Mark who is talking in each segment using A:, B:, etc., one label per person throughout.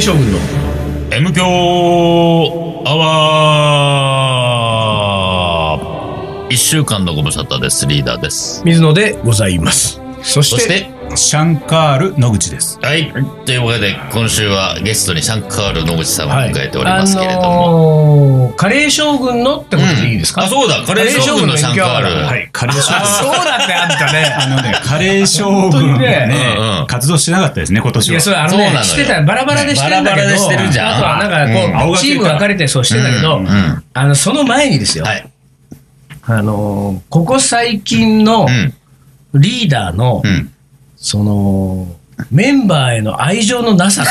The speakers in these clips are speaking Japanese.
A: 将軍の
B: M 強アワー一週間のご無沙汰です。リーダーです。
A: 水野でございます。そ
B: そ
A: し、
B: してて、
C: シャンカール野口です。
B: はい。というわけで、今週はゲストにシャンカール野口さんを
A: はい
B: 迎えておりますけれども。
A: のー、カレー将軍のってことでいいですか、
B: うんあ、そうだ。カレー将軍のシャンカール。
A: はい。
C: カレー将
A: あ、そうだってあんた
C: あ
A: ね。
C: のね、カレー将軍がね
B: うんうん、
C: 活動してなかったですね、今
A: い
C: 年
A: や、
C: は。
A: それあの
B: そうなの
A: ね、
B: よ
A: してた、バラバラでしてんだけど、
B: バラバラでしてるじゃん
A: あとはなんかこう、
C: うん
A: チーム分かれてそうしてんだけど、
B: うん。は
A: あの、その前にですよ、
B: い。
A: あのー、ここ最近の
B: うん。
A: リーダーの、
B: うん。
A: その、メンバーへの愛情のなさが、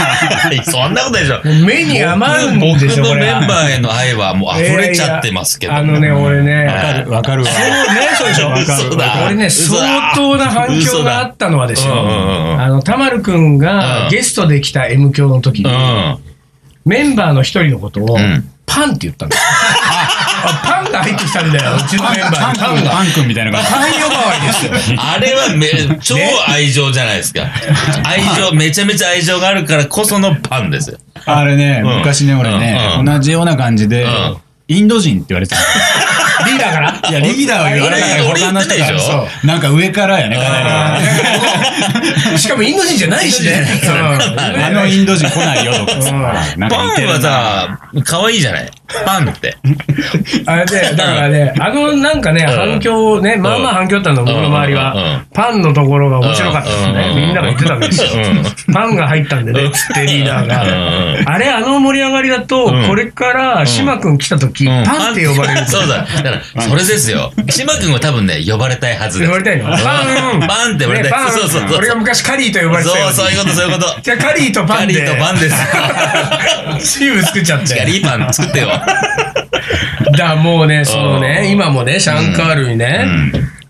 B: そんなことでしょ。
A: 目に余るんでしょ、
B: 僕
A: こ
B: の
A: れ
B: メ
A: は
B: ンバーへの愛はもう溢れちゃってますけど。
A: いやいやあのね、俺
B: は
A: ね、
B: い
C: わかるわ。
A: そうね、そうでしょ。
C: わかる
B: 嘘だ。
A: 俺ね、
B: 嘘だ
A: 相当な反響
B: 嘘
A: があ
B: だ
A: ったのはですよ、
B: うんうんうん
A: あの、たまるくん
B: う
A: が
B: ん
A: ゲストで来た M 教の時に、
B: う
A: メンバーの一人のことを
B: ん、
A: パンって言ったん だよ。あパンが入ってきたんだよ、うちのメンバーに。パンが。
C: パン君みたいな感
A: パン呼ばわりですよ。
B: ん。あれはめ、 超愛情じゃないですか。愛情、めちゃめちゃ愛情があるからこそのパンですよ。
C: じ。あれね、
B: うん
C: 昔ね、俺
B: う
C: ね
B: ん、
C: 同じような感じで
B: ん、
C: インド人って言われてた。
A: リーダーから
C: いや、リーダーは言われない
B: 俺
C: 他の人
B: 俺言ってたでしょ
C: がそう。なんか上からやね、
B: あ
C: カ
A: しかもインド人じゃないしね。
C: レーがあのインド人来ないよとかさ。なんか
B: パ
C: 似て
B: ンは
C: るな。
B: さ、可愛いじゃないパンって。
A: あれで、だからね、あのなんかね、反響をね、まあまあ反響だったの、僕の周り
B: うんうん
A: は。パンのところが面白かったですね。みんなが言ってたんですよ。パンが入ったんでね、つってリーダー
B: うんう
A: が。あれ、あの盛り上がりだと
B: う、ん
A: これから、島君来た時、パンって呼ばれる。
B: そうだ。だから、それですよ。島君は多分ね、呼ばれたいはずで
A: 呼ば
B: す。
A: れたいのパン
B: パンって呼ばれ
A: ね
B: た
A: パ
B: い。
A: ン
B: そうそうそう。
A: 俺が昔カリーと呼ばれてたよ
B: そう、そういうこと、そういうこと。
A: じゃあカリーとパ
B: カ
A: ン
B: リ
A: で
B: ーとパンで す。
A: チーム作っちゃって。
B: カリーパン作ってよ。
A: だからもうね、その
B: う
A: ね、
B: ん
A: 今もね、シャンカールにね、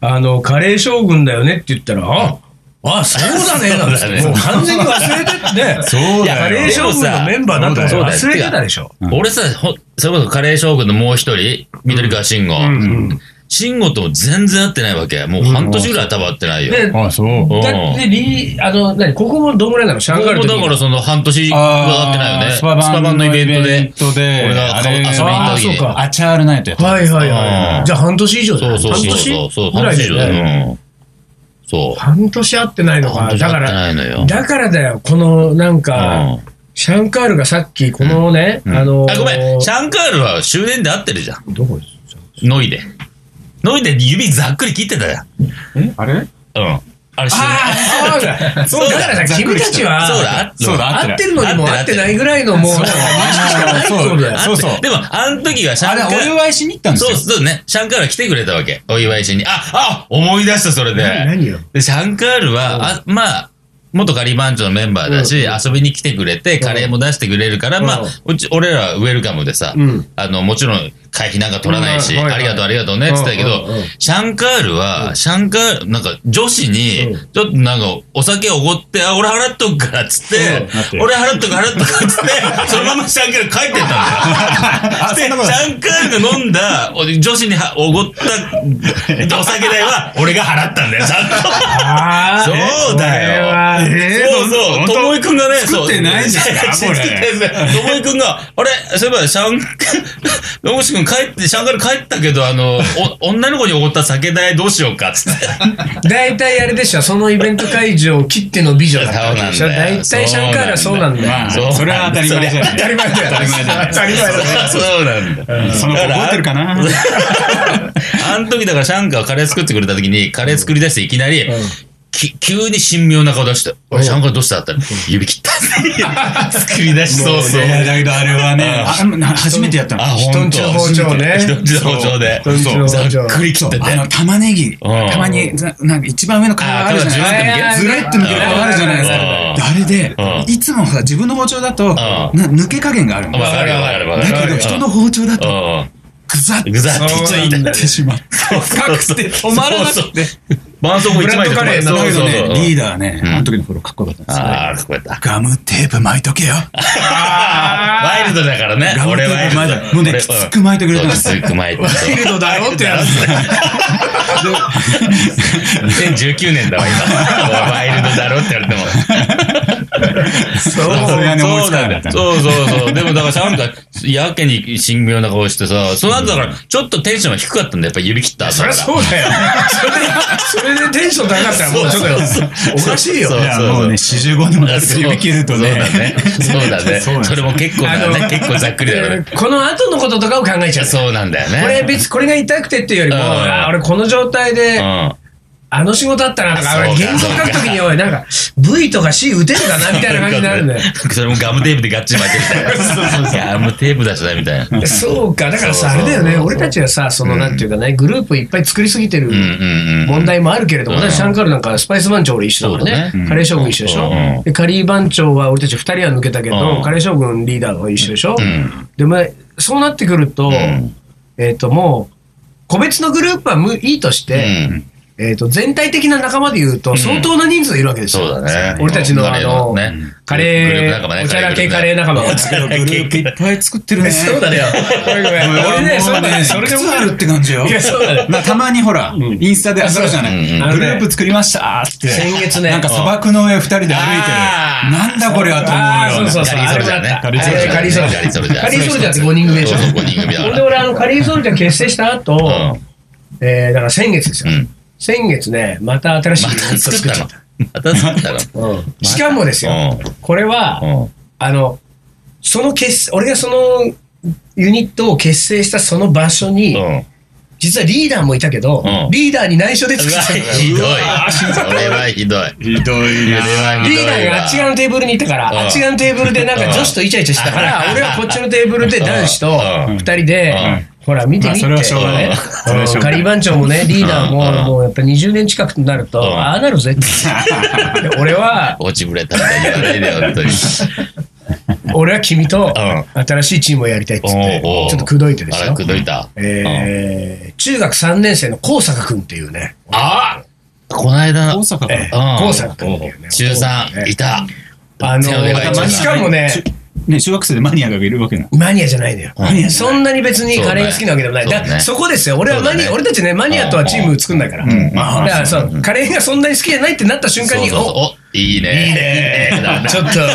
A: あの、カレー将軍だよねって言ったら、あ、あ、そうだね、なん
B: そうだ
A: て、
B: ね
A: もう完全に忘れてってね、
C: そうだよ
A: カレー将軍のメンバーだったこと忘れてたでしょ。
B: 俺さ、ほそれこそカレー将軍のもう一人、緑川慎吾。慎吾とも全然会ってないわけ。もう半年ぐらい多分会ってないよ。
A: で、だ
C: あ、そう。
A: ってリー、あの、何、ここもどんぐらいなのシャンカー
B: 僕
A: ル
B: も
A: の時
B: だからその半年は会ってないよね。
C: スパバンのイベントで。
B: 俺が
C: あ
B: 遊び
C: れ
B: に行った時に。
A: あーそうか
C: アチャールナイトやった。
A: はいはいは
B: う
A: い。
B: ん
A: じゃあ半年以上だ
B: そ
A: よ
B: うそうそうそう。そう、
A: 半
B: 半
A: 年
B: 年以
A: ぐ
B: 上
A: らいだよね。
B: だよ。そう。
A: 半年会ってないの
B: 半
A: か。
B: 年
A: だか
B: 会っ
A: ら、
B: てないのよ。
A: だからだよ、このなん
B: う
A: か
B: ん、
A: シャンカールがさっき、このね、あのー、
B: あ、ごめん。シャンカールは終電で会ってるじゃん。
A: どこです
B: ノイで。ノイで指ざっくり切ってたじゃん。
C: あれ
B: うん。あれ終
A: あ
B: 電。
A: あ、そうだ。そ うだからさ、君たちは、
B: そうだ。
C: そうだ
A: 合ってるのにも合
B: 合
A: っ
B: ってて
A: な
B: ない
A: いぐらいのもう、認識しかないってことだよ。
C: そうそう
B: 合ってでも、あの時はシャ
C: あ
B: ン
C: れ、
B: カール。
C: お祝いしに行ったんです
B: そう
C: よ。
B: そうね。シャンカールは来てくれたわけ。お祝いしに。あ、あ、思い出した、それで。
A: 何何よ
B: で、シャンカールは、あ、まあ、元ガリバンチョのメンバーだし、遊びに来てくれて、カレーも出してくれるから、
A: うん
B: まあ、うち、俺らはウェルカムでさ
A: うん、
B: あの、もちろん、会費なんか取らないし、
A: うんはいはい
B: ありがとう、ありがとうね、って言ったけど
A: うんうんうん、
B: シャンカールは、シャンカール、なんか、女子に
A: う、
B: ちょっとなんか、お酒おごって、あ、俺払っとくから、つって
C: うん待っ、て
B: 俺払っとく、払っとく、つって、そのままシャンカール帰ってったんだよ。
C: あ、そんなこと
B: シ
C: ない
B: ャンカールが飲んだ、お女子にはおごったお酒代は、 俺が払ったんだよ、ちゃんと。
A: あー
B: そうだよ
A: これはえー
B: そうそう、ともいくんがね、
C: 作ってないんですか
B: そう
C: こ れ
B: 作ってないですともいくんが、あれ、そういえば、シャン、 野口くん帰って、シャンカール帰ったけど、あの、お女の子におごった酒代どうしようか、つって。
A: 大体あれでしょ、そのイベント会場を切っての美女だったわけでしょ。
B: そうなんだよ
A: 大体シャンカールはそうなんだよ。
C: まあ、
B: そう
C: それは当たり前じゃない。
A: 当たり前だよ。
C: 当たり前じゃない。
A: 当たり前だよ。
B: そうなんだ。
C: その子覚えてるかな
B: あの時だからシャンカーがカレー作ってくれた時に、カレー作り出していきなり、
A: ん
B: き急に神妙な顔出して、俺シャンカーどうしたって言ったら、指切った。作り出し そうそう
C: い。や、だけどあれはね、あな初めてやったの。
B: あ、ほんと。
A: 人んちの包丁ね
B: 人んちの包丁で。
A: 人んちの包
B: ざ
A: 丁
B: っくり切ってて。
C: あの、玉ねぎ、
B: ん
C: たまに、ざなんか一番上の皮
B: あ
C: あるじゃないです
A: ただ
C: か。
A: ず
C: ず
A: らっ
C: らっ
A: と
C: と
A: 抜
C: 抜
A: ける
C: ける皮あるじゃないですか。
B: うん
C: であれで
B: う、ん
C: いつもさ、自分の包丁だと、な抜け加減があるんで
B: わかるよわかるわか
C: す
B: る。
C: だけど、人の包丁だと、ぐざっ
B: うん。ぐざって
A: そう
B: つ
A: なん
B: い
A: だ
B: て
A: よ
C: とってしまって。
B: 深くて止まらなくて。絆創膏一枚
A: ブランド
B: で
A: カレー
B: そ
C: だ
B: う
C: け
B: そ
C: ど
B: う
C: ね
B: そう。、
C: リーダーね、
B: うん
C: あの時の頃かっこよかったんですよ。
B: ああ、こうやった。
C: ガムテープ巻いとけよ。
B: ワイルドだからね
C: ガ。ムテ
B: 俺ワイ
C: ー
B: ル
C: プ
B: ド
C: 巻い
B: だ。
C: て、もうね、きつく巻いてくれ
B: そ
C: た
B: うんき
C: ですよ。
B: つく巻いて。
A: フィールドだよってやつ。
B: 2019年だわ、今。ワイルドだろって言われても。
A: そ
C: さすがに思いつかなかったね
B: そうそうそう。でもだからさ、なんか、やけに神妙な顔してさ、その後だから、ちょっとテンションが低かったんだよ、やっぱ指切った後
A: そ
B: だ
A: りゃ
B: から。
A: そうだよ。それで、それでテンション高かったらもうちょっとおかしいよ
B: そ。う
C: いや、もうね、四十五にもなって
B: そう
C: 指切るとね。
B: そうだね。
C: そ
B: そうう
C: な
B: だ
C: ん
B: ね。
C: です
B: それも結構だね。結構ざっくりだよね。
A: この後のこととかを考えちゃう。
B: そうなんだよね。
A: これ別にこれが痛くてっていうよりも、
B: うん
A: あー俺この状態で、
B: うん。
A: あの仕事あったなとか、
B: そう
A: 俺
B: か
A: 原稿書くときに、おい、なんか、V とか C 打てるかなみたいな感じになるんだよ。
B: それもガムテープでガッチリ巻いてみたいな。ガムテープだしな、みたいな。
A: そうか、だからさ、あ
B: そう
A: れ
B: そ
A: だ
B: うそう
A: よね、俺たちはさ、その、なんていうかね、グループいっぱい作りすぎてる
B: うんうんうん。
A: 問題もあるけれども、
B: うん
A: 私、シャンカルなんか、スパイス番長俺一緒だからね
B: そうだね、
A: カレー将軍一緒でしょ
B: うん。
A: で、カリー番長は俺たち二人は抜けたけ
B: う
A: ど、
B: ん
A: カレー将軍リーダーは一緒でしょ
B: うん。
A: でも、そうなってくると
B: ん、
A: えっと、もう、個別のグループはむいいとして、
B: うん
A: えっと、全体的な仲間で言うと、相当な人数いるわけですよ。
B: そうだね。
A: 俺たちの、
B: カ
A: あ
B: レー
A: の
B: ね、
A: カレ
B: グループ仲間ね
A: ー、おちゃらけカレー
B: グループ
A: 仲
B: ね
A: 間が。
C: グ ループいっぱい作って るね。
A: そう だね。ごめんごめん。 俺ね、そうだね。それで
C: も
A: も
C: うねいくつあるって感じよ
A: い。や、そうだね。
C: まあ、たまにほら、インスタであそうじゃな
B: う
A: う
B: ん
A: ん
C: い。グループ作りましたって。
A: 先月ね
C: なんか砂漠の上二人で歩いてる。
B: あー
C: なんだこれはと
A: ああ、
C: 思う
A: そう
C: よう
A: そう
C: な。
A: そう。
B: カリーソルジャーね
A: あれだったカ
B: カ
A: リ
B: リ
A: ー
B: ー
A: ソルジャ
B: ソルジャ
A: ー。
B: ー
A: カリーソルジャー。
B: カリーソルジャー
A: って5人組でしょ。
B: そうそう五人組だから
A: ほんで俺、あの、カリーソルジャー結成した後、えー、だから先月です
B: う
A: よ。
B: ん。うん。
A: 先月ね、また新しい
B: ま
A: ユニッ
B: た
A: ト
B: 作っ
A: ち
B: た
A: ゃ
B: の。また作ったの。
A: うんしかもですよ、これは、
B: うん。うん。
A: あの、その結、俺がそのユニットを結成したその場所に、
B: うん。
A: 実はリーダーもいたけど
B: う、ん
A: リーダーに内緒で作
B: う
A: っ
B: わ、
A: てたのよ
B: ひどい。
A: うわー
B: それはひどい。
C: ひどい
B: それはひ
A: リ
B: ど
A: ー
B: い
A: ダ
B: わ
A: ーがあっち側のテーブルにいたから、
B: うん
A: あっち側のテーブルでなんか女子とイチャイチャしてたから、
B: うん
A: 俺はこっちのテーブルで男子と
B: うん
A: 二人で
B: うん、
A: ほら見てみって、
C: まあそれはしょうがない
A: ね
C: それはしょうが
A: カ
C: ない
A: リー番長もね、リーダーも、
B: うん
A: もうやっぱ20年近くなると、
B: うん
A: ああなるぜって。 で俺は、
B: 落ちぶれたみたいに言わないでよ、本当に。
A: 俺は君と
B: う
A: 新しいチームをやりたいっつって、
B: おうおう
A: ちょっと口説いてです
B: あ
A: よ
B: ら、。くどいた。うん
A: えー中学3年生の高坂君っていうね、
B: あこないだ
C: 大、阪か
A: え
C: ら。
A: ー
B: うん
A: 高坂君っていうね。
B: 中3、いた。
A: あの
B: お願いします
A: しかもね、
C: ね、中学生でマニアがいるわけなの。
A: マニアじゃないのよ。そんなに別にカレーが好きなわけでもない。
B: そうね
A: だからそこですよ。俺はマニア、
B: そうだね
A: 俺たちね、マニアとはチーム作んないから。
C: ん
A: だからそう、カレーがそんなに好きじゃないってなった瞬間
B: そう
A: に、
B: そうそう
A: お
B: お、いいね。
A: いいね
B: だ
A: ちょっと、どう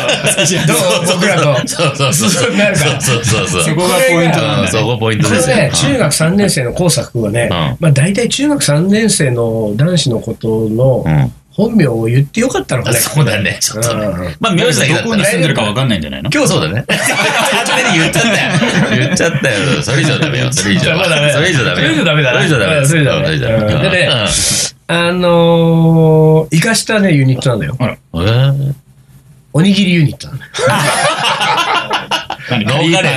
A: 僕らと。
B: そうそうそう。
A: そうなるから
B: そうそうそう。
C: そこがポイントなん
B: うん
C: だ
B: そ
C: ね。
B: こポイン
A: こ
B: トで
A: の
B: すよ。
A: ね、中学3年生の工作君はね
B: うん、
A: まあ大体中学3年生の男子のことの
B: うん
A: 本名を言ってよかったのか
B: あ
A: ね。
B: そうだね、ちょっと
A: うんうんう
B: ね
A: ん。
B: まあ、名字だけだ
C: ど
B: った
C: こ
B: ら
C: に。住んでるかわかんないんじゃないの
B: 今日そうだね。勝手に 言っちゃったよ。言っちゃったよ。それ以上ダメよ。それ以上
A: まあダメ。
B: それ以上ダメよ。
A: それ以上ダメだな
B: それ以上ダメ
A: うん
B: だ。
A: それ以上ダメ
B: うんそれ以上ダメ
A: うんでね
B: うん
A: あのー、生かしたね、ユニットなんだよ。
B: えー
A: おにぎりユニットなんだよ。
B: ローカレーだ。
C: 何カリーパ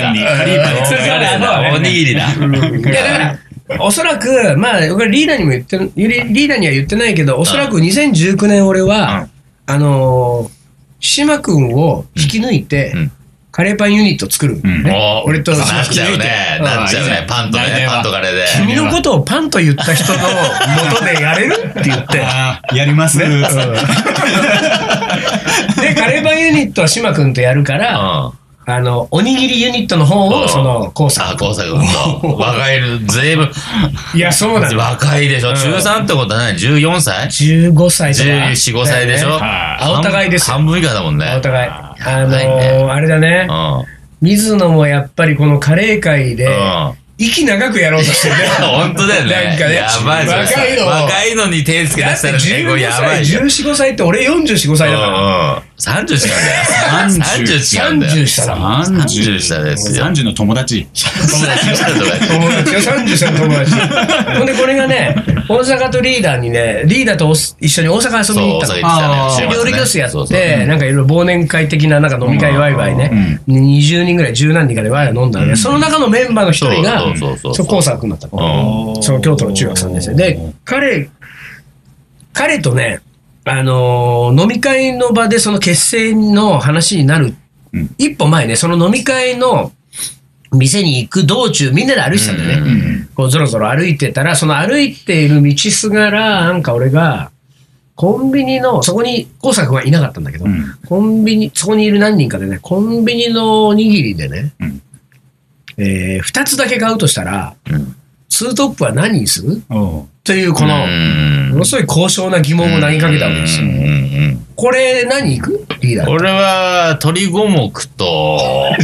C: ンにカリーパンに
A: そうそうそう
B: おにぎりだ。
A: いやだから、おそらく、まあ、これリーダーにも言ってる、リリーダーには言ってないけど、おそらく2019年俺は、あのー、島君を引き抜いて、
B: うん
A: カレーパンユニット作る、
C: ん
A: ね
B: お
A: 俺と
B: なっ
A: 島
B: ち
A: 君
B: ゃうね。なっちゃう
C: あいい
B: ね
C: ね。
B: パンと
C: 来
B: ね、
C: 年は
B: パンとカレーで。
A: 君のことをパンと言った人の元でやれるって言 って。
C: あ ーやります。
A: で、カレーパンユニットは島君とやるから、
B: うん。
A: あの、おにぎりユニットの方
B: う
A: を、
B: ん
A: その、こう
B: さ
A: さ
B: あ、工作君と。若いる、ずいぶん、
A: ん。いや、そうなんだ。
B: 若いでしょ。中3ってことは何 ?14 歳
A: 15歳とか。
B: ?14、5歳でしょ
A: だよね
C: はい
A: あお互いですよ
B: 半分以下だもんね。
A: お互い。あの
B: やばい
A: ー、あれだね。
B: うん。
A: 水野もやっぱりこのカレー界で
B: うん、
A: 息長くやろうとしてるね。
B: 本当だよね。
A: なんかね
B: やばいぞ
A: 若いの
B: 若いのに手つけ出
A: だっ
B: してたらね、これ
A: 15
B: やば
A: 歳、
B: いよ。
A: 14、5歳って俺45歳だから。
B: 三十違うんだよ。
C: 30
B: 30違うんだ
A: 30
B: よ。
A: したら。
B: 30下ですよ。
C: 30の友達。
B: 30下とか
A: 友達よ、30歳の友達。 ほんで、これがね、大阪とリーダーにね、リーダーとおす一緒に大阪遊
B: そ
A: び
B: う、
A: に行
B: 大
A: ったの
B: 阪。行ってきたね。
A: 料理教室やって、
B: そうそう
A: なんかいろいろ忘年会的な、なんか飲み会ワイワイね、20人ぐらい、十何人かでワイワイ飲んだので、その中のメンバーの一人が
B: そうそうそう、そう
A: そう、コウサ君だったの
C: うん
A: その京都の中学3年生。で、彼、彼とね、あのー飲み会の場でその結成の話になる、
C: うん
A: 一歩前ね、その飲み会の店に行く道中、みんなで歩いてたんだよね。
B: うん
A: こうぞろぞろ歩いてたら、その歩いている道すがら、なんか俺が、コンビニの、そこに、工作はいなかったんだけど、
C: うん
A: コンビニ、そこにいる何人かでね、コンビニのおにぎりでね、
C: うん
A: えー、二つだけ買うとしたら、
B: ん
A: ツートップは何にする
C: おう
A: とという、この、
B: うん
A: ものすごい高尚な疑問を投げかけたわけです
B: う
A: よ
B: ん。うんうん
A: これ、何いくリーダー。
B: 俺は、鳥五目と、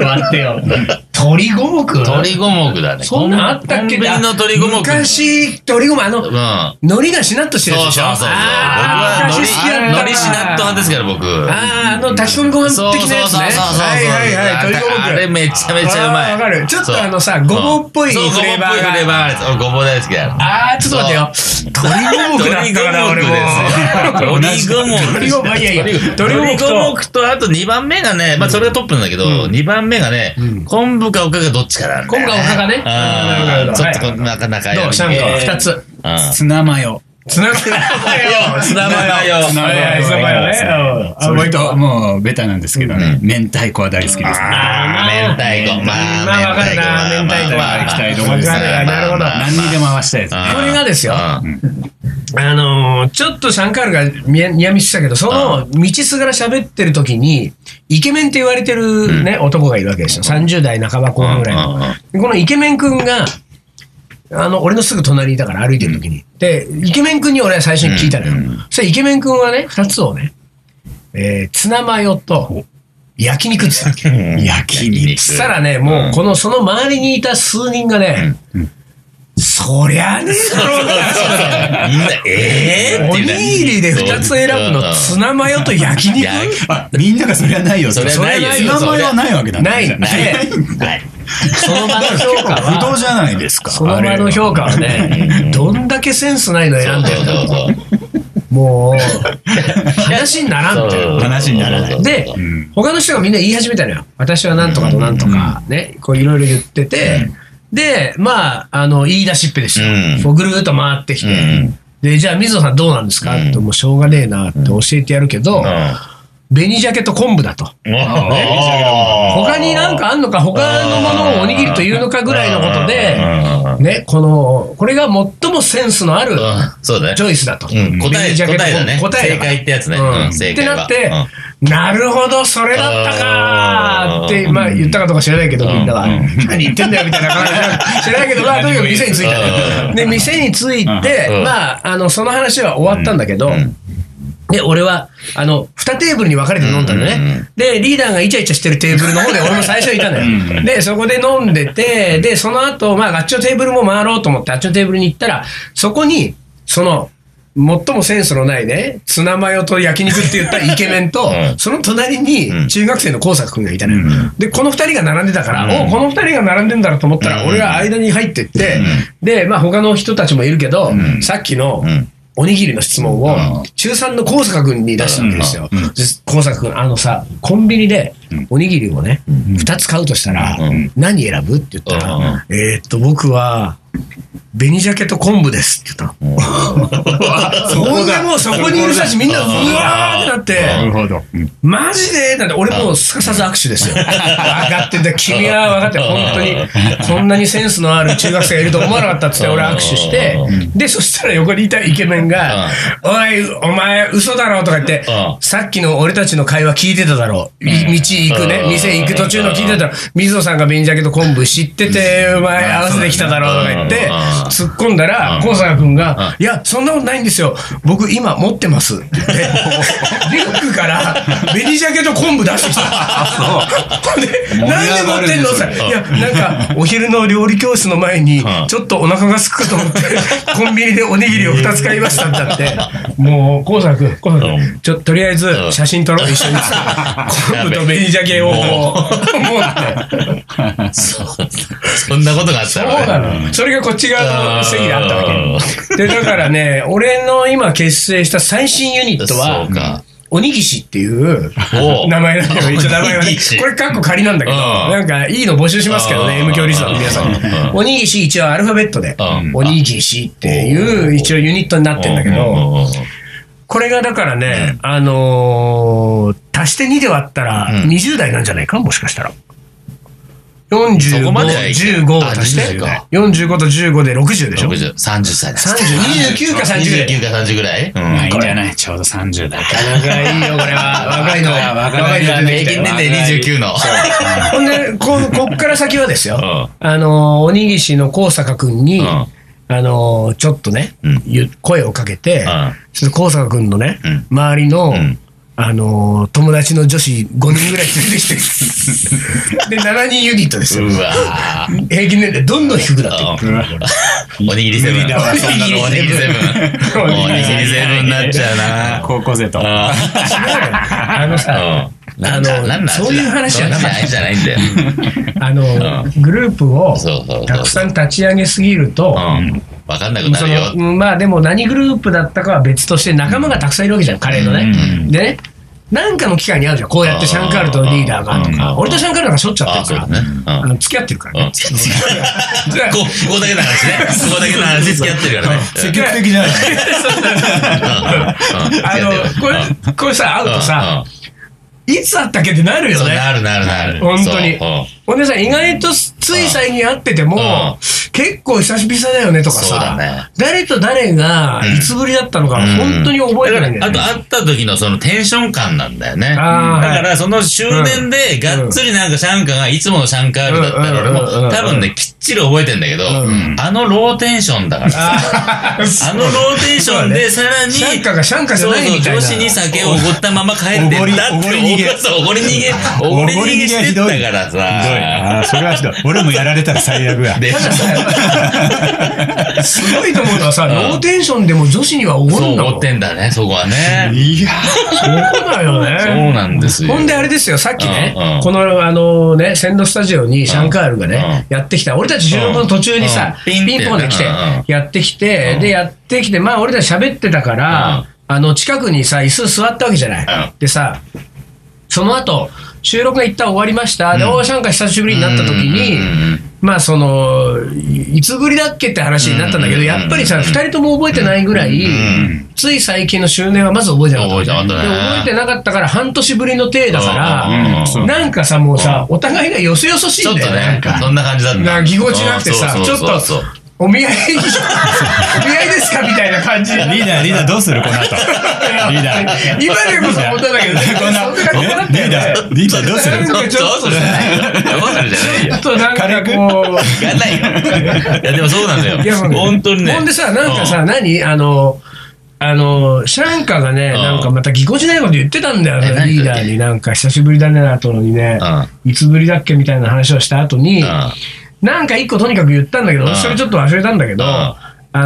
A: 待ってよ。鳥五目
B: 鳥五目だね。
A: そんなんあったっけ
B: コンビニの鳥五目。
A: 昔、鳥五目、あ
B: う
A: の、
B: ん。
A: 海苔がしなっとしてるやつ
B: そう
A: でしょ
B: そうそうそう。僕
A: あー
B: はのり、
A: 昔好きだったわ
B: のりしなっと派ですから、僕。
A: あー、あの、炊き込みご
B: そ
A: 飯
B: う
A: 的なやつね。
B: そうそうそうそう
A: はいはいはい、鳥五目。
B: あれめちゃめちゃうまい。
A: あーわかるちょっと
B: そう
A: あのさごぼうっぽい
B: そう
A: フレーバーが
B: そうごぼうっぽいフレーバーがあるごぼう大好きだよ。
A: あー、ちょっと待ってよ。鳥五目だったから、俺も。
B: 鳥五目
A: 鳥五目いやいや鳥
B: 鳥
A: 五
B: 五
A: 目
B: 目
A: と
B: と、あと2番目がね、まあそれがトップなんだけど、2番目がね
A: うん、
B: 昆布かおかがどっちかなんだよね。
A: 昆布かおかがね
B: あー
A: なるほど
B: ちょっとこうなかなか
A: どうシャンコ
B: えー
A: 二つ。
B: うん
C: ツナマヨ。
A: つながってない。つながよ。
C: ツナマヨ
A: はいはいツナマヨねうん
C: それと、もう、ベタなんですけどね。明太子は大好きですね。
B: あー明太子。まあ、
A: まあわかるな明太子
B: まあまあ
C: 行きたいとこですね
B: まあまあ
A: なるほど
B: まあまあ
C: 何にでも合わせたいですね。
A: これがですよ
B: うん
A: あのーちょっとシャンカールが見えニヤミスしたけど、その道すがら喋ってる時に、イケメンって言われてるね、男がいるわけですよ。30代半ば後半ぐらいの
B: うんうんうん
A: でこのイケメン君が、あの、俺のすぐ隣にいたから歩いてる時に。で、イケメン君に俺は最初に聞いたのよ。
B: うんうん
A: そしたらイケメン君はね、二つをね、えー、ツナマヨと焼肉っつってた。
C: 焼肉。
A: そしたらね、もう、この、その周りにいた数人がね、そりゃねえだろうな
B: みんな、えー
A: お
B: っ
A: に
B: ていうね
A: ぎりで2つ選ぶの、ツナマヨと焼肉
B: 焼き
C: あ、みんながそれはないよ。
B: それはないよ
C: ツナマヨはないわけだ
A: ない
C: な
A: ない
C: い。
B: はい
A: その場の評価
C: 不動
A: は、
C: じゃないですか。
A: その場の評価はね、どんだけセンスないの
B: そ
A: 選ん
B: う
A: で
B: そう
A: る
B: そうそう。
A: もう、話にならんって
B: そう
C: 話にならない
A: で
B: そうそうそう
C: うん
A: 他の人がみんな言い始めたのよ。私はなんとかとなんとか、ね、こういろいろ言ってて、で、まあ、あの、言い出しっぺでした
B: う
A: よ。
B: ん
A: こうぐるーっと回ってき
B: う
A: て、
B: ん
A: で、じゃあ水野さんどうなんですか
B: うん
A: って、もうしょうがねえなって教えてやるけど、紅鮭と昆布だと。
B: うん
A: 他になんかあんのか、他のものをおにぎりというのかぐらいのことで、
B: うん
A: ね、この、これが最もセンスのある
B: うんそうだね
A: チ。ョイスだと。
B: うん答え、
A: 紅鮭
B: 答え
A: と
B: だね。
A: 答えだ
B: 正
A: から
B: 解ってやつね。
A: うん
B: うん正解は
A: っ。てなって、なるほど、それだったかーって、
B: うん
A: まあ言ったかとか知らないけど、
B: うん
A: みんなは
C: うん。
A: 何言ってんだよ、みたいな感じで知らないけど、 まあとにかく店に着いたの
B: う
A: よ。
B: ん
A: で、店に着いて
B: う、ん
A: まあ、あの、その話は終わったんだけど
B: うんうん、
A: で、俺は、あの、二テーブルに分かれて飲んだの
B: うんうんう
A: ね。で、リーダーがイチャイチャしてるテーブルの方で俺も最初いたの
C: うんう
A: よ。
C: ん
A: で、そこで飲んでて、で、その後、まあ、あっちのテーブルも回ろうと思って、あっちのテーブルに行ったら、そこに、その、最もセンスのないね、ツナマヨと焼肉って言ったイケメンと、
B: うん
A: その隣
B: う
A: に
B: ん
A: 中学生の工作君がいたのよ。
C: うん
A: で、この二人が並んでたから、
B: うん
A: おこの二人が並んでんだろうと思ったら、
B: うん
A: 俺が間に入ってって、で、まあ他の人たちもいるけど、
B: ん
A: さっきの、
B: うん
A: おにぎりの質問
B: う
A: を
B: ん
A: 中3の高坂君に出したんですよ。
C: うんうん
A: で高坂君、あのさ、コンビニでおにぎりをね、2つ買うとしたら
B: うん、
A: 何選ぶって言ったら、えーっと、僕は、紅鮭と昆布ですって言ったの。 そこでもうそこにいる人たちみんな、うわーってなっ
C: な
A: て、
C: るほど。うん
A: マジでなんて、俺もうすかさず握手ですよ。分かってんだ、君は分かってる、本当に、こんなにセンスのある中学生がいると思わなかったっつって、俺握手して
B: う、
A: で、そしたら横にいたイケメンが、おい、お前、嘘だろとか言って
B: う、ん
A: さっきの俺たちの会話聞いてただろ。い道行くね
B: う、ん
A: 店行く途中の聞いてたら、水野さんが紅鮭と昆布知ってて、お前合わせてきただろとか言って
B: うん、
A: 突っ込んだら
B: う、ん
A: 高坂君が
B: うん、
A: いや、そんなことないんですよ。僕今持ってますって言 って、リュックから紅鮭と昆布出してきた。ほんで、なんで持ってんの
C: 盛り上がるねそ
A: って
C: れ
A: いや、なんか、お昼の料理教室の前に
B: う、ん
A: ちょっとお腹がすくと思って、 コンビニでおにぎりを2つ買いましたんだって。もう、コウサ君、コウサ
B: う
A: 君、ちょ、とりあえず
B: う、ん
A: 写真撮ろう、一 緒に。昆布と紅鮭を、
B: も
A: もうって。
B: そんなことがあっ
A: そ
B: た
A: う
B: のね
A: なの。それがこっち側の席であったわ
B: うん
A: け。で、だからね、俺の今結成した最新ユニットは
B: そうか、
A: おにぎしっていう
B: おう
A: 名前なんだけど、一応名前は
B: お
A: ね
B: にぎ、し
A: これカッコ仮なんだけど、
B: うん
A: なんかいいの募集しますけどね、
B: うん
A: M 教リスナーの皆さんに
B: う。ん
A: おにぎし一応アルファベットで
B: う、ん
A: おにぎしっていう一応ユニットになってんだけ
B: う
A: ど、
B: んうんうん
A: これがだからね、あのー、足して2で割ったら
B: うん
A: 20代なんじゃないかもしかしたら。45、
B: そこまではいけない
A: 15を足し
B: あ
A: て
B: 20か、
A: 45と15で60でしょ。30、
B: 60 30歳だ。
A: 29か30ぐらい。
B: 29か30ぐらいうん
C: まあいいんじゃないちょうど30代。
A: 若いよ、これは。若いのは。
C: 若いのは
B: 平均年齢29の。
A: ほんで、こ、こっから先はですよ
B: う。
A: あのー、鬼岸の高坂くんに
B: うん、
A: あのーちょっとね、
B: うん
A: ゆ声をかけて、
B: あ
A: そして高坂君のね、
B: うん
A: 周りの、
B: ん
A: あのー友達の女子5人ぐらい連れてき てで7人ユニットです
B: う
A: よ、
B: わー
A: 平均年齢どんどん低くなっていく
B: あ
C: うわ
B: おにぎりセブン。
C: 無理だ
B: お
C: わそんなの
B: にぎりセブン。おにぎりセブンになっちゃうな。
C: 高校生と。
B: あ
A: あのさ
B: あ。うん。なんだ
A: あの
B: なんだ
A: そういう話はなかった
B: そういう話じゃないんだよ。
A: あのーグループを
B: そうそうそう
A: たくさん立ち上げすぎると、
B: うん。わかんなくな
A: そ
B: るよ。
A: のまあでも何グループだったかは別として仲間がたくさんいるわけじゃん、カレーのね。
B: うん
A: でね、なんかの機会に会うじゃん、こうやってシャンカールとリーダーがと
B: う
A: か、
B: ん
A: 俺とシャンカールなんかしょっちゅうやってる
B: あ
A: か
B: そうだねう
A: ら、
B: ん
A: あの付き合ってるから
B: うん
A: ね。だから
B: こここだけの話ね。ここだけの話付き合ってるからね。
C: 積極的じゃない。
B: うんうんうん
A: あの、こ
B: うん
A: れ、これさ、会うとさ、いつ会ったっけってなる
B: うん
A: よ
B: そう
A: ね。
B: なるなるなる。
A: 本当に
B: そううん
A: お姉さん、意外とつい最近会ってても
B: うん、
A: 結構久しぶりだよねとか
B: そうだ
A: さ
B: ね、
A: 誰と誰がいつぶりだったのか、本当に覚えてないんだ
B: あ
A: よ
B: と
A: ね。
B: 会った時のそのテンション感なんだよね。だ
A: あー
B: からその周年でがっつりなんかシャンカがいつものシャンカールだったら俺
A: うんうんうんう
B: も
A: ん
B: 多分ね、きっちり覚えてんだけど、
A: うん
B: あのローテンションだから さ、あのローテンションでさらに、
A: シャンカがシャンカじゃないみたいな。
B: そうそう女子に酒をおごったまま帰ってったって、
C: おごりおごり逃げ
B: そうおごり逃げ、おごり逃げしてったから
C: ひどい
B: さ。
C: な。あーそれはひどい。俺もやられたら最悪や。
B: で
A: たださすごいと思うのはさ、
B: ん
A: ローテンションでも女子にはおご
B: そ
A: るん
B: う
A: だもん。
B: 思ってんだね、そこはね。
C: いや
A: そうだよね。
B: そうなんですよ。
A: ほんであれですよ、さっきね、
B: うんうん
A: この、あのね、線路スタジオにシャンカールがね、やってきた。俺たち収録の途中にさ、
B: うんうん
A: ピンポンで来て
B: ピンってねうんうん、
A: やってきて、
B: うん
A: で、やってきて、まあ俺たち喋ってたから、
B: うん
A: あの、近くにさ、椅子座ったわけじゃない。
B: うん
A: でさ、その後、収録が一旦終わりました。で、おーシャンカー久しぶりになった時に、
B: うんうんうんうん
A: まあその、いいつぶりだっけって話になったんだけど、
B: うん
A: やっぱりさ、二人とも覚えてないぐらい、
B: ん
A: つい最近の周年はまず覚えてなかった。
B: 覚えてなかったね
A: で覚えてなかったから半年ぶりの体だから、
B: うんうんうん
C: そう
A: なんかさ、もうさ、お互いがよそよそし
B: ち
A: い
B: ょ
A: ん
B: っと
A: だよね。
B: ね、そんな感じだった。
A: なんかぎこちなくてさ、
B: うん
A: ち
B: そ
A: ょ
B: う
A: っ
B: そうそう
A: と
B: そう、
A: お見合い、お見合いですかみたいな感じ。
C: リーダー、リーダーどうするこの後。リーダー。
A: 今でこそ思ったんだけど、
C: こんな、
A: そんな感じだった
C: リ
A: よ
C: ーダ
A: ね。
C: ー、リーダーどうす
A: な
C: る
A: んかちょっと
B: そうそうじゃないよ。どうするじゃない
A: ち
B: よ
A: ょっ。となんかこう、
B: やんないよ。いや、でもそうなのよ。
A: いやまあ
B: 本当にね。
A: ほんでさ、なんかさ、何あの、あの、シャンカがね、
B: ん
A: なんかまたぎこちないこと言ってたんだよ
B: え
A: ね、
B: 何
A: リーダーに。なんか久しぶりだね、あとにね、いつぶりだっけみたいな話をした後に、なんか一個とにかく言ったんだけど、
B: うん
A: それちょっと忘れたんだけど、
B: うん
A: あ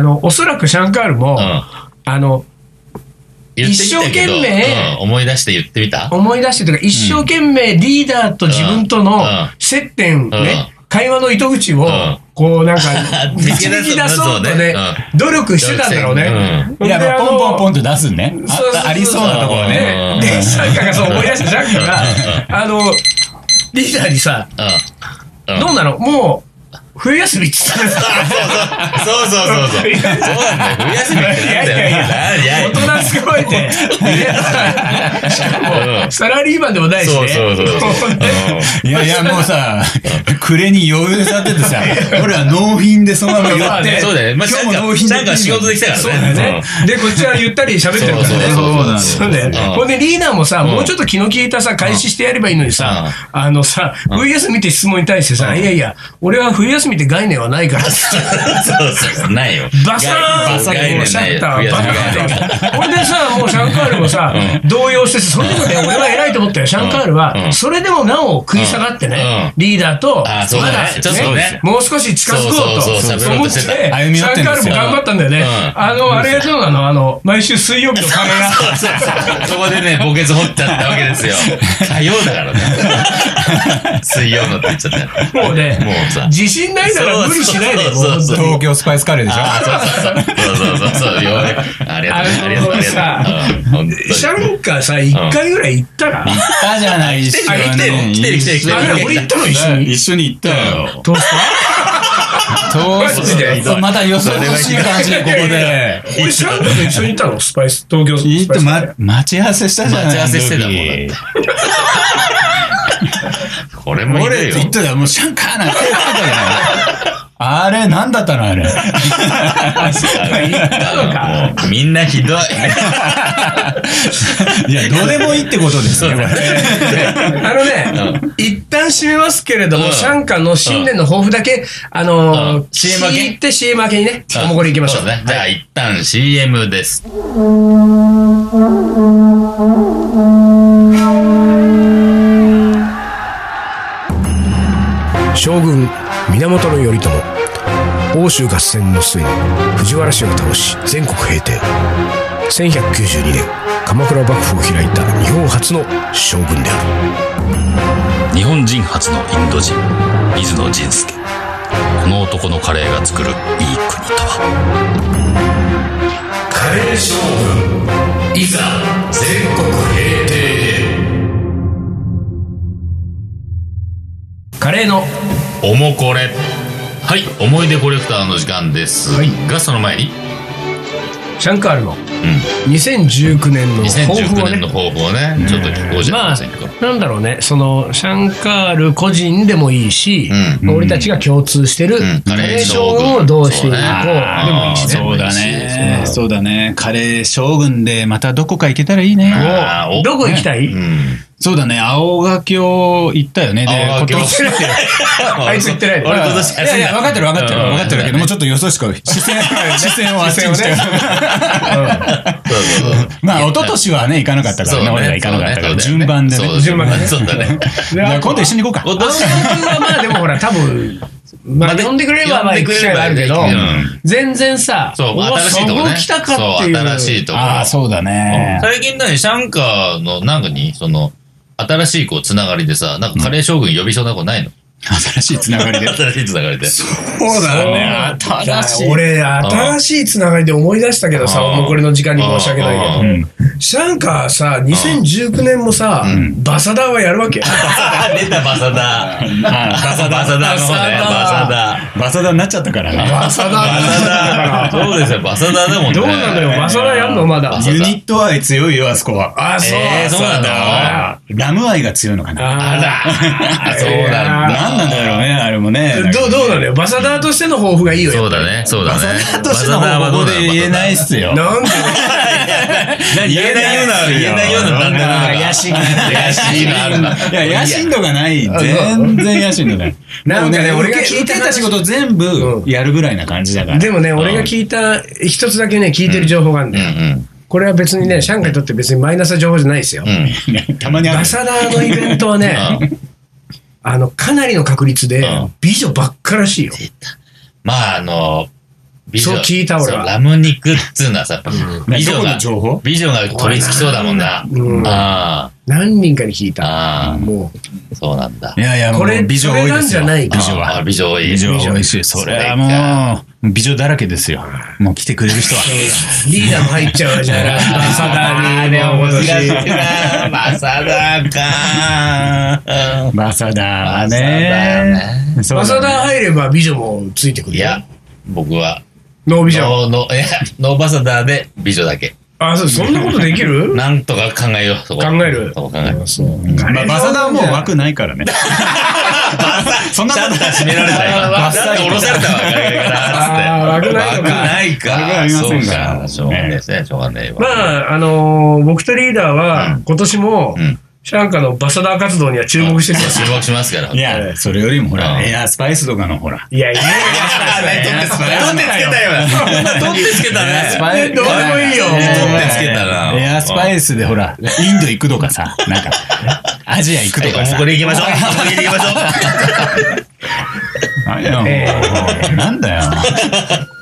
A: の、おそらくシャンカールも、
B: うんうん
A: あの、
B: 言ってみたけど
A: 一生懸命
B: うん思い出して言ってみた
A: 思い出してというか、一生懸命リーダーと自分と
B: う
A: の
B: んうん
A: 接点ね、会話の糸口を
B: ん、、
A: こうなんか
B: 見
A: 導
B: つけ出す
A: き出そうとね
B: う、
A: 努力してたんだろうね。
C: いや、まあポンポンポンと出すんね。
A: そうそうそう
C: あありそうなところね。
B: うん
A: で、シャンカがそう思い出したジャックが、あの、リーダーにさ、
B: うんうん
A: どうなのもう、冬休みって言ってた
B: そうそうそうそうそうそうそうなんだよ冬休みってなんだよいやいや
A: 大人すごいね。しか
B: うん
A: も、サラリーマンでもないしね。
B: そうそうそうそう
A: もうね
C: いやいや、もうさ、暮れに余裕さっててさ、俺は納品でそのまま寄
A: まあ
C: っ
A: ね
C: て。
B: そうだよねまあ
C: 今日も
B: なんか
C: 納品できる
B: なんか仕事できたからね
A: そうだよね。で、こっちはゆったり喋ってるからね。
B: そうそうそう
C: そ
A: そ
C: う
A: うだよね
B: うん
A: ほんで、リーナもさ、
B: ん
A: もうちょっと気の利いたさ、開始してやればいいのにさ、あのさ、冬休みって質問に対してさ、いやいや、俺は冬休みって概念はないからって
B: そうそうそうないよ
A: バサーン
B: バサ
A: って
B: 概
A: もう
B: 念
A: シ
B: ない
A: ャ
B: よ
A: ッター
B: 冬休
A: バ
B: み
A: カ
B: 概念
A: ーンほんでさ、もうシャンカールもさ、動揺してて、それでも ね、俺は偉いと思ったよ。シャンカール
B: うんう
A: は、
B: ん
A: それでもなお食い下がってね、
B: う
A: リーダーと、
B: あーそうだねちょっとね
A: もう少し近づこう
B: そうそうそう
A: と思って、
B: そう
A: シ
B: そう
A: ャン
C: 歩み寄ってん
A: カ
C: で
A: ール
C: す
A: も
C: よ
A: 頑張ったんだよね。
B: うん
A: あの、あれどうなのあの、毎週水曜日のカメラ。
B: そうそうそうそこでね、墓穴掘っちゃったわけですよ。火曜だからね。水曜のって言っちゃったよ。
A: もうね
B: もうさ、
A: 自信ないなら無理しないで、もう
B: そうそうそうそう
C: 東京スパイスカレーでしょ
B: ああ、そうそうそう。そうそうそうそう。よありがとうね、ありがとう、ありがとう。うん本当に
A: シャンカーさ、一回ぐらい行ったら、
C: 行ったじゃない、一緒
B: 来てる
C: に。
B: 来てる来てる来てる
A: あれ俺行ったの一緒に。
C: 一緒に行ったよ。
A: どうした
C: そう
A: マジで
C: また予想欲しい話で、ここ
A: いや
C: で。
A: 俺、シャンカーと一緒に行ったのスパイス、東京スパイ
C: いい
A: ス
C: っ。て、ま、待ち合わせしたじゃない
B: 待ち合わせしてたもんこれもいる
C: 俺
B: よ。
C: 言ってたよもうシャンカーなんて言ってたじゃないあれ、なんだったのあれ。
B: もうみんなひどい。
C: いや、どうでもいいってことですね、これ。
A: あのね、一旦締めますけれど
B: う
A: も、
B: ん
A: シャンカの新年の抱負だけ、あの
B: う
A: ー
B: ん、CM 明け
A: 聞いて CM 明けにね、おもこりいきましょう。
B: そね。じゃあ一旦 CM です。
A: 将軍源頼朝欧州合戦の末に藤原氏を倒し全国平定1192年鎌倉幕府を開いた日本初の将軍である
D: 日本人初のインド人水野仁介この男のカレーが作るいい国とは
A: カレー将軍いざ全国平定カレーの
B: おもこれ。はい、思い出コレクターの時間です
A: はい
B: が、その前に、
A: シャンカールの
B: うん。
A: 2019年の抱負
B: 2019
A: を
B: 年
A: ね
B: の方法をね、ちょっと聞こうじゃ
A: ま
B: ありま
A: あ
B: せんか。、
A: なんだろうね、その、シャンカール個人でもいいし、
C: うん
A: 俺たちが共通してる、
B: ん
A: カレー将軍をどうしていこうでもいいしね。
C: そうだね。そうだね。カレー将軍でまたどこか行けたらいい
B: お
C: ね。
B: あーお
A: どこ行きたい、
B: うん。
C: そうだね。青垣を行ったよね。で、
B: 青垣
C: 今
B: を
C: 年。
A: あいつ言ってないの
B: 俺今年
C: いやいや、分かってる分かってる。
B: うん
C: 分かってるけど、もうちょっとよそしか、視線、視線をあっちにして。
B: そうそうそう
C: まあ、一昨年はね、行かなかったからね。俺ら行かなかったから、
B: そうね
C: 順番でね。
A: 順番でね
B: そうだね。
A: で
C: じゃあ今度一緒に行こう
B: お
C: か。
A: 青
B: 年
A: 木君はまあでもほら、多分、ま
B: ま
A: あ
B: あで
A: 呼んでくれればまあ
B: 呼ん
A: 行
B: で
A: く
B: く
A: 機
B: れ
A: 会
B: れ
A: は
B: ば
A: あるけど
B: うん、
A: 全然さ、
B: そう、
A: わ
B: 新しいとこ
A: そ
B: ね。
A: こ来たかっていう。
B: そう、新しいとこ。
C: ああ、そうだね。
B: 最近何シャンカーの、なんかに、その、新しいこう、つながりでさ、なんかカレー将軍呼びそうな子ないの
C: 新しいつながりで。
B: 新しいつながりで。
A: そうだ
C: ね新しい
A: 俺、新しいつながりで思い出したけどさ、
B: うん
A: おもこれの時間に申し訳ないけど
B: う。
C: うん。
A: シャンカーさ、2019年もさ、バサダーはやるわけ
B: あー出た、バサダ。
C: あ
B: バサダ、バサダの方ね。バサダ。
C: あバサダになっちゃったからね。
A: バサダ
B: バサダ。そうですよ、バサダだもんね。
A: どうなのよ、バサダやんのまだ
B: バ。サダ
C: ユニット愛強いよ、あそこは。
A: あ、そう。
B: えーそうなんだ。
C: あラム愛が強いのかな。
B: あ
A: あ
B: ら、そうなんだ。
C: なんなんだろうね、あれもね。
A: ーどう、どうなのよ。バサダーとしての抱負がいいよ。
B: そうだね、そうだね。
C: バサダとしての方法で言えないっすよ。
A: なんで
B: 何言えないような、言えないような旦那なんだ。
C: 野心が
B: 野心があるんだ。
C: いや、野心度がない。全然野心度ない。
A: なんかね
C: でも
A: 俺が聞い
C: 受
A: た
C: けた仕事全部やるぐらいな感じだから。
A: でもね、俺が聞いた、一つだけね、聞いてる情報があるんだ
B: う
A: よ。
B: ん
A: これは別にね、シャンカーにとって別にマイナスな情報じゃないですよ。
B: うん。うん。
C: たまにあ
A: バ
C: る。
A: サダーのイベントはね、あの、かなりの確率で
B: うん
A: 美女ばっからしいよ。
B: まあ、あの、美
A: そう聞いた俺は
B: そうラム肉っつうのはさ、やっぱ美女
C: どこ
B: が
C: の、情報
B: 美女が取り付きそうだもんな。
A: うん
B: あ
A: 何人かに聞い
B: あ、
A: た。
B: あ
A: もう、
B: あ、そうなんだ
C: い。やいや、も
A: これ
C: う美女多いで
A: そ
C: すよ。
A: れなんじゃない
C: 美女は
B: あ。美女多い。
C: 美女は美味しい。それはもう、美女だらけですよ。もう来てくれる 人は。
A: リーダーも入っちゃうじゃん。バサダーに。
B: な。まさだか。
C: バサダは
B: バサ
C: ね。そう
A: バサ
C: だね
A: ダ入れば美女もついてくる
B: い
A: よ
B: や、僕は、
A: ノー美女。
B: ノー、ノー、いや、ノーバサダーで美女だけ。
A: あ、そう、そんなことできる
B: なんとか考えよう、そこ。
A: 考える
B: そこ考える。
C: まあバサダはもう枠ないからね。 そんな
B: シ ャッ
C: こ
B: タ
C: と
B: ー閉められない。
C: バ
B: バ
C: ッ
B: ッ
C: サ
B: サ
C: リ
B: リ下ろされたわけだ から。
A: あー
B: つって
A: 危ない
B: 危ないか。
C: 危ないか
B: そう
C: 危ませんから
B: か。しょうがないですね。しょうがないわ。
A: まあ、あのー、僕とリーダーは
B: うん、
A: 今年も
B: うん、
A: シャンカのバサダー活動には注目してきます
B: 注
A: よ。
B: 目しますから。
C: いや、それよりもほ
B: う
C: ら、
B: ん
C: エアスパイスとかのほら。
A: いや、いやいやいや、
C: スパイ
B: 取ってつけたよ。取ってつけたね。
C: スパイ
A: どうでもいいよ
C: ね
B: 取ってつけたな
C: エアスパイスでほら、インド行くとかさ、なんか、アジア行くと
B: は
C: か
B: いもう
C: さ
B: こ。れ行きましょう。これ行きましょ
C: なんだよ
A: え
C: もうなんだよ。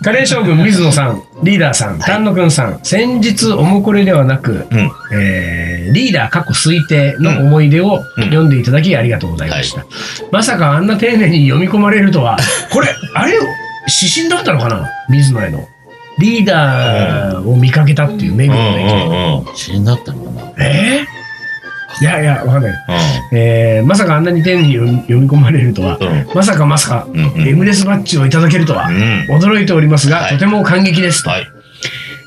A: カレー将軍水野さん、リーダーさん、丹野くんさん、先日おもこれではなく、
B: う。うん。
A: えーリーダー過去推定の思い出を読んでいただきありがとうございました、まさかあんな丁寧に読み込まれるとはこれあれ指針だったのかな水野へのリーダーを見かけたっていうメ
B: う
A: グ
B: ん
A: のね、
B: うんうん。死んだったのかな。うん。
A: えーいやいやわかんない、えーまさかあんなに丁寧に読み読み込まれるとは、
B: うん
A: まさかまさか、
B: うんうん
A: エムレスバッジをいただけるとは、
B: うん
A: 驚いておりますが、
B: はい
A: とても感激ですと、
B: はい。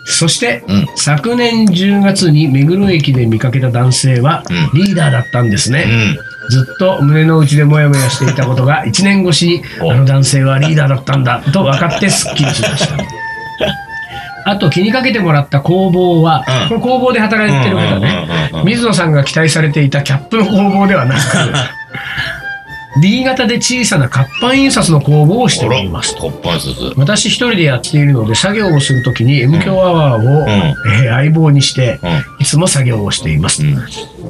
A: そして、
B: うん
A: 昨年10月に目黒駅で見かけた男性は、
B: う
A: リーダーだったんですね、
B: うん。
A: ずっと胸の内でモヤモヤしていたことが1年越しにあの男性はリーダーだったんだと分かってすっきりしま した。あと気にかけてもらった工房は、
B: うん
A: これ工房で働いてる方ね、
B: うんうんうんうん
A: 水野さんが期待されていたキャップの工房ではな く D 型で小さな活版印刷の工房をしております
B: コッパンスーツ。
A: 私一人でやっているので作業をするときに M 強アワーを、
B: ん
A: えー相棒にして
B: うん。
A: いつも作業をしています、
B: うん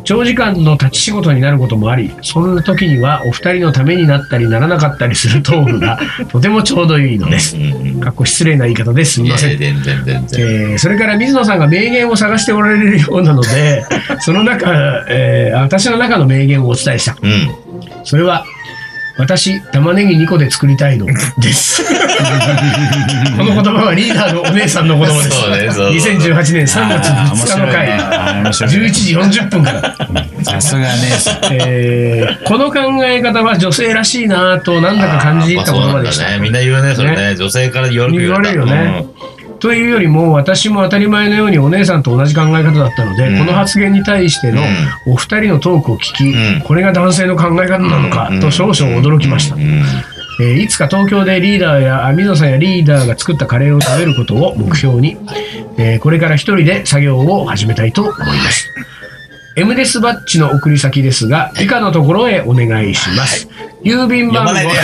A: 長時間の立ち仕事になることもありそんな時にはお二人のためになったりならなかったりするトーク がとてもちょうどいいのです
B: うんうん
A: かっこ失礼な言い方ですみ
B: い
A: ま
B: や
A: せん
B: いや全然全然。
A: えーそれから水野さんが名言を探しておられるようなの でその中、えー私の中の名言をお伝えした
B: うん。
A: それは私玉ねぎ2個で作りたいのですこの言葉はリーダーのお姉さんの言葉です
B: そうねそう
A: 2018年3月
C: あー面
A: 2日
C: 白
A: の
C: いね
A: 回
C: あー面白いね
A: 11時40分から、
C: さすが姉さん。
A: えーこの考え方は女性らしいなぁとなんだか感じ入った言葉でし
B: あーま
A: た
B: あそうなんだね。みんな言うね、それね。女性から言われる
A: 言われるよね。というよりも私も当たり前のようにお姉さんと同じ考え方だったので、
B: うん
A: この発言に対してのお二人のトークを聞き、
B: うん
A: これが男性の考え方なのか
B: うん
A: と少々驚きました、
B: うんうん
A: えーいつか東京でリーダーやあ水野さんやリーダーが作ったカレーを食べることを目標に、えーこれから一人で作業を始めたいと思います。M デスバッジの送り先ですが、以下のところへお願いします。郵便
B: 読
A: 番号
B: まないで。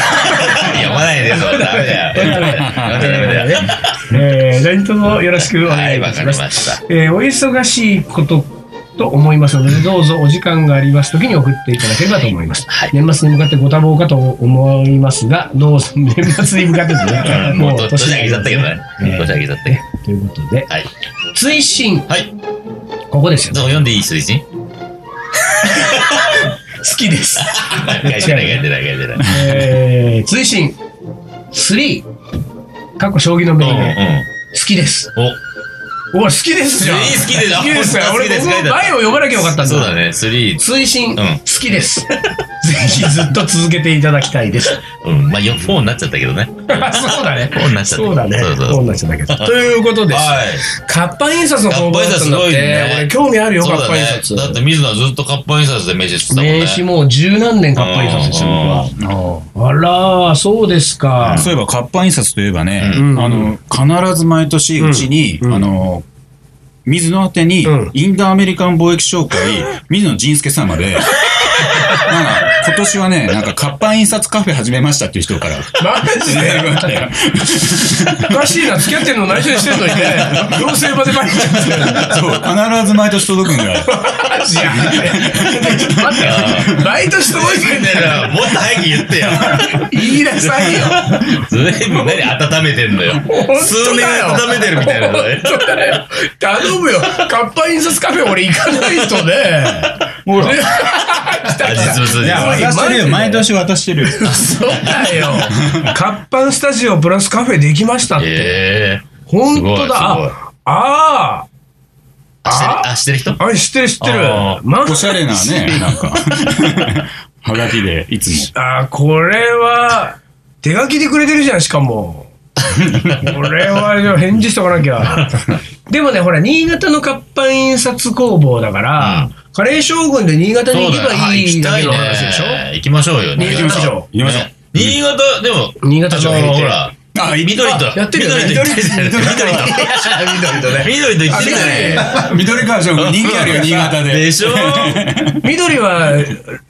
B: 読まないで、それダ メだよ。ダメだよ。ダメだよ。
A: えー、何ともよろしくお
B: は
A: 願い
B: い、
A: い
B: わ
A: た
B: か
A: し
B: り
A: ま。
B: ますした。
A: えーお忙しいことと思いますので、どうぞお時間がありますときに送っていただければと思います。
B: はい
A: 年末に向かってご多忙かと思いますが、どうぞ年末に向かってですね
B: うん もうと年上げちゃったけどね。
A: えー
B: 年上げちゃったけど。
A: ということで、
B: はい。
A: 追伸、
B: はい。ど
A: ここです
B: う
A: よ。
B: 読んでいい推進
A: 好きです。
B: 書いてない、書いてない、書いてない。
A: えー、追伸3、過去将棋の名言、好きです。
B: うんうん。お
A: おい、好きですじゃん。
B: 好きです
A: 好きですよ
B: あ
A: 俺、
B: 好きで
A: こ
B: す
A: この前を呼ばなきゃよかったんだ。
B: そうだね、3。
A: 追伸、
B: ん
A: 好きです。ぜひずっと続けていただきたいです。
B: うん、まあ、よ4になっちゃったけど ね。
A: そうだね。
B: こうなっちゃった
A: そうだね。
B: そうそう
A: こうなっちゃったけど。ということです。
B: はい。
A: 活版印刷の方法だったんだっ
B: 活版印刷すごい
A: て、
B: ね
A: 俺興味あるよ、
B: そう
A: 活
B: だ
A: 版
B: ね
A: 印刷。。
B: だって水野はずっと活版印刷で名刺してたもんね。
A: 名刺もう十何年活版印刷ですよ、
B: う
A: 僕は。あらー、そうですか。
C: そういえば、活版印刷といえばね、
A: うん
C: あの、必ず毎年うちに、
A: うん
C: あの、水野宛てに、
A: うん
C: インドアメリカン貿易商 会、水野仁介さんまで、なんか、今年はね、なんか、活版印刷カフェ始めましたっていう人から、
A: マジで
C: 電話が来て
A: おかしいな、付き合ってんの内緒にしてんのにね、行政までバレちゃって
C: そう、必ず毎年届くんだよ。
A: マジやめてちょっと待って、バイトしておいてんだよ。
B: だよ。もっと早く言ってよ。
A: 言いなさいよ。
B: ずいぶん何温めてんのよ。数年温めてるみたいなの ね。
A: 本当だよ頼むよ。活版印刷カフェ俺行かないとね。
C: ほら、
B: あ実物
C: い
B: 実
C: や、
B: 物
C: 渡してるよ、毎年渡してるよ。
A: そうだよ。活版スタジオプラスカフェできましたって。
B: ええ。
A: 本当だ。
B: すごいすごい
A: ああ
B: あしてるあ、してる人
A: ー。あれ知ってる知ってる
B: あー。
A: マ
C: おしゃれなね、なんか、 はがきで、いつも。
A: あーこれは、手書きでくれてるじゃん、しかも。これはじゃあ返事しとかなきゃ。でもね、ほら、新潟の活版印刷工房だから、カレー将軍で新潟に行けばいいだけの話でしょ
B: 行きましょうよ。
A: 行きましょ
C: う行きましょう
B: ね新潟、でも、
A: 新潟城
B: 城
A: 行って
B: ほら、
C: あ、
B: 緑と、
A: あやってるよね
B: 緑と行ってるじゃない緑 と。緑とね。緑と行ってるじゃない
C: 緑 川上人気あるよ、新潟で。
B: で しょ
A: 緑は、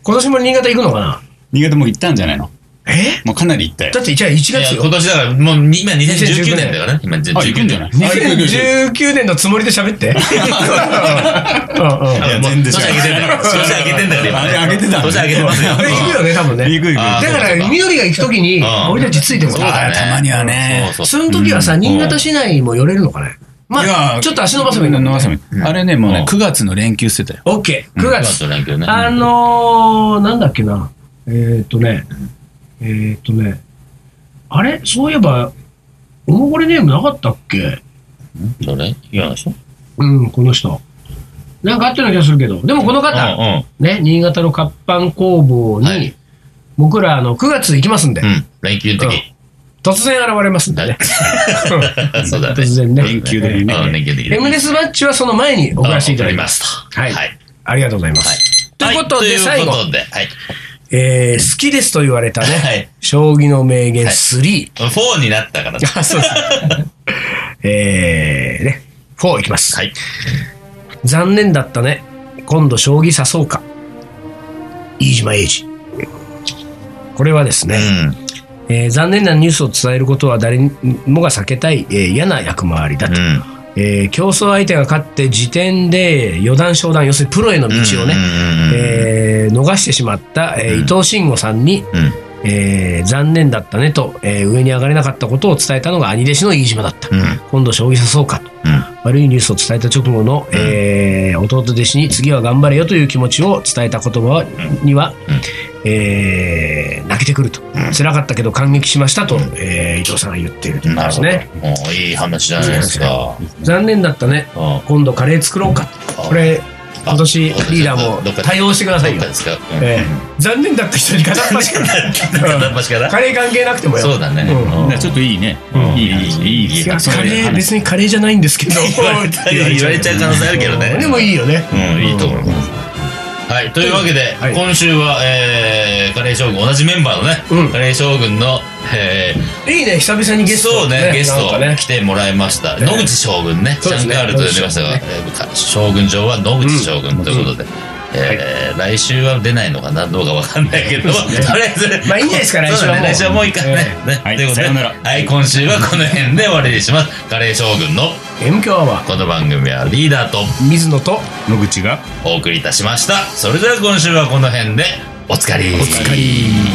A: 今年も新潟行くのかな
C: 新潟もう行ったんじゃないの
A: え
C: もうかなり行ったよ
A: だ。って、じゃあ1
B: いや
A: 月よ
B: 今。年だから、もう今2019年だからね。今19
C: あ、行くんじゃない
A: 2019年のつもりで喋 って。うんうん
B: あもう年明けてんだよ。年明けてんだよ、今ね。
C: あ上げてた
B: 年明けてますよ。
A: あれ行くよね、多分ね。
C: 行く行く
B: あ
A: だか、
B: そうから
A: 緑が行くときに
B: うん、
A: 俺たちついても
B: そうだ
A: ら
B: ね。
C: あたまにはね
B: そうそ。
A: そうの時はさ、新潟市内も寄れるのかね。ま
C: いや
A: あ、ちょっと足伸ばせばいい
C: の
A: の。
C: 伸ばせばいいあれね、もう
B: う
C: ね
B: ん、
C: 9月の連休してたよ。
A: オッケー、9月。
B: そうなんだけどね。
A: あのー、なんだっけな。えーっとね、えーっとね、あれそういえば、おもこれネームなかったっけ
B: どれ嫌な人
A: うん、この人。なんかあったような気がするけど、でもこの方、
B: うん
A: ね、新潟の活版工房に、
B: はい
A: 僕らあの9月行きますんで、
B: うん。うん。連休の時。
A: 突然現れますんでね。
B: そうだ
A: 突
B: ね。
A: 然ね。
C: 連休で
B: うん
C: ね。
B: 連休の時。
A: エムレスバッチはその前に送らせていただきます。
B: す。はい。
A: はいありがとうございます。とということで、
B: はい
A: 最
B: という
A: 後
B: こ、とで、はい。
A: えー好きですと言われたね、
B: はい
A: 将棋の名言
B: はい
A: 3。
B: 4に なったから。は
A: あそうです えー、ね、4いきます。
B: い。
A: 残念だったね。今度将棋指そうか。飯島英二。これはですね、
B: う
A: えー残念なニュースを伝えることは誰にもが避けたい、えー嫌な役回りだと、
B: ん。うん。
A: えー競争相手が勝って時点で四段昇段要するにプロへの道をね、えー逃してしまった、えー伊藤慎吾さんに、
B: うん。うん。
A: えー残念だったねと、えー上に上がれなかったことを伝えたのが兄弟子の飯島だった、
B: うん
A: 今度将棋指そうかと
B: うん。
A: 悪いニュースを伝えた直後の、えー弟弟子に次は頑張れよという気持ちを伝えた言葉はには、えー泣けてくると、辛かったけど感激しましたと、えー伊藤さんが言っているということ
B: な
A: で
B: る
A: す
B: ほど
A: ね。
B: もういい話じゃないですか。
A: 残念だったね
B: うん
A: 今度カレー作ろうか
B: あ
A: これ
B: あ
A: 今年リーダー
B: ど
A: も
B: っか
A: 対応してくださいよ
B: どっか、ですかうん
A: えー残念だった人に片っ端から
B: 片っ端から
A: カレー関係なくてもよ
B: そうだね。
A: うん
B: うん
C: ちょっといいね。
A: うん
C: いい、いい、いい。
A: いや
C: そ
A: カ
C: れで
A: レー別にカレーじゃないんですけど
B: 言われたり言われちゃう可能性あるけどね。
A: でもいいよね
B: うん、いいと思います。はい、というわけで、
A: はい
B: 今週は、えー、カレー将軍、同じメンバーのね、
A: うん
B: カレー将軍の、えー、
A: いいね久々にゲスト
B: そうね、ゲス
A: なん
B: ト
A: かね
B: 来てもらいました。
A: ね
B: 野口将軍ね、
A: そうです
B: ジャン
A: ね
B: カールと呼んでましたが、
A: 野口
B: えー将軍城は野口将軍ということで、えー来週は出ないのかな、どうかわかんないけど、 とりあえず、
A: まあいいんじゃないですか来週は
B: そうだね
A: もう
B: 来週はもういいからね。ね
C: はい
B: ということで
C: さようなら
B: はい、今週はこの辺で終わりにします。カレー将軍の
A: M 強アワー
B: この番組はリーダーと、
A: 水野と
C: 野口が。
B: お送りいたしましたそれでは今週はこの辺でおつかりおつかり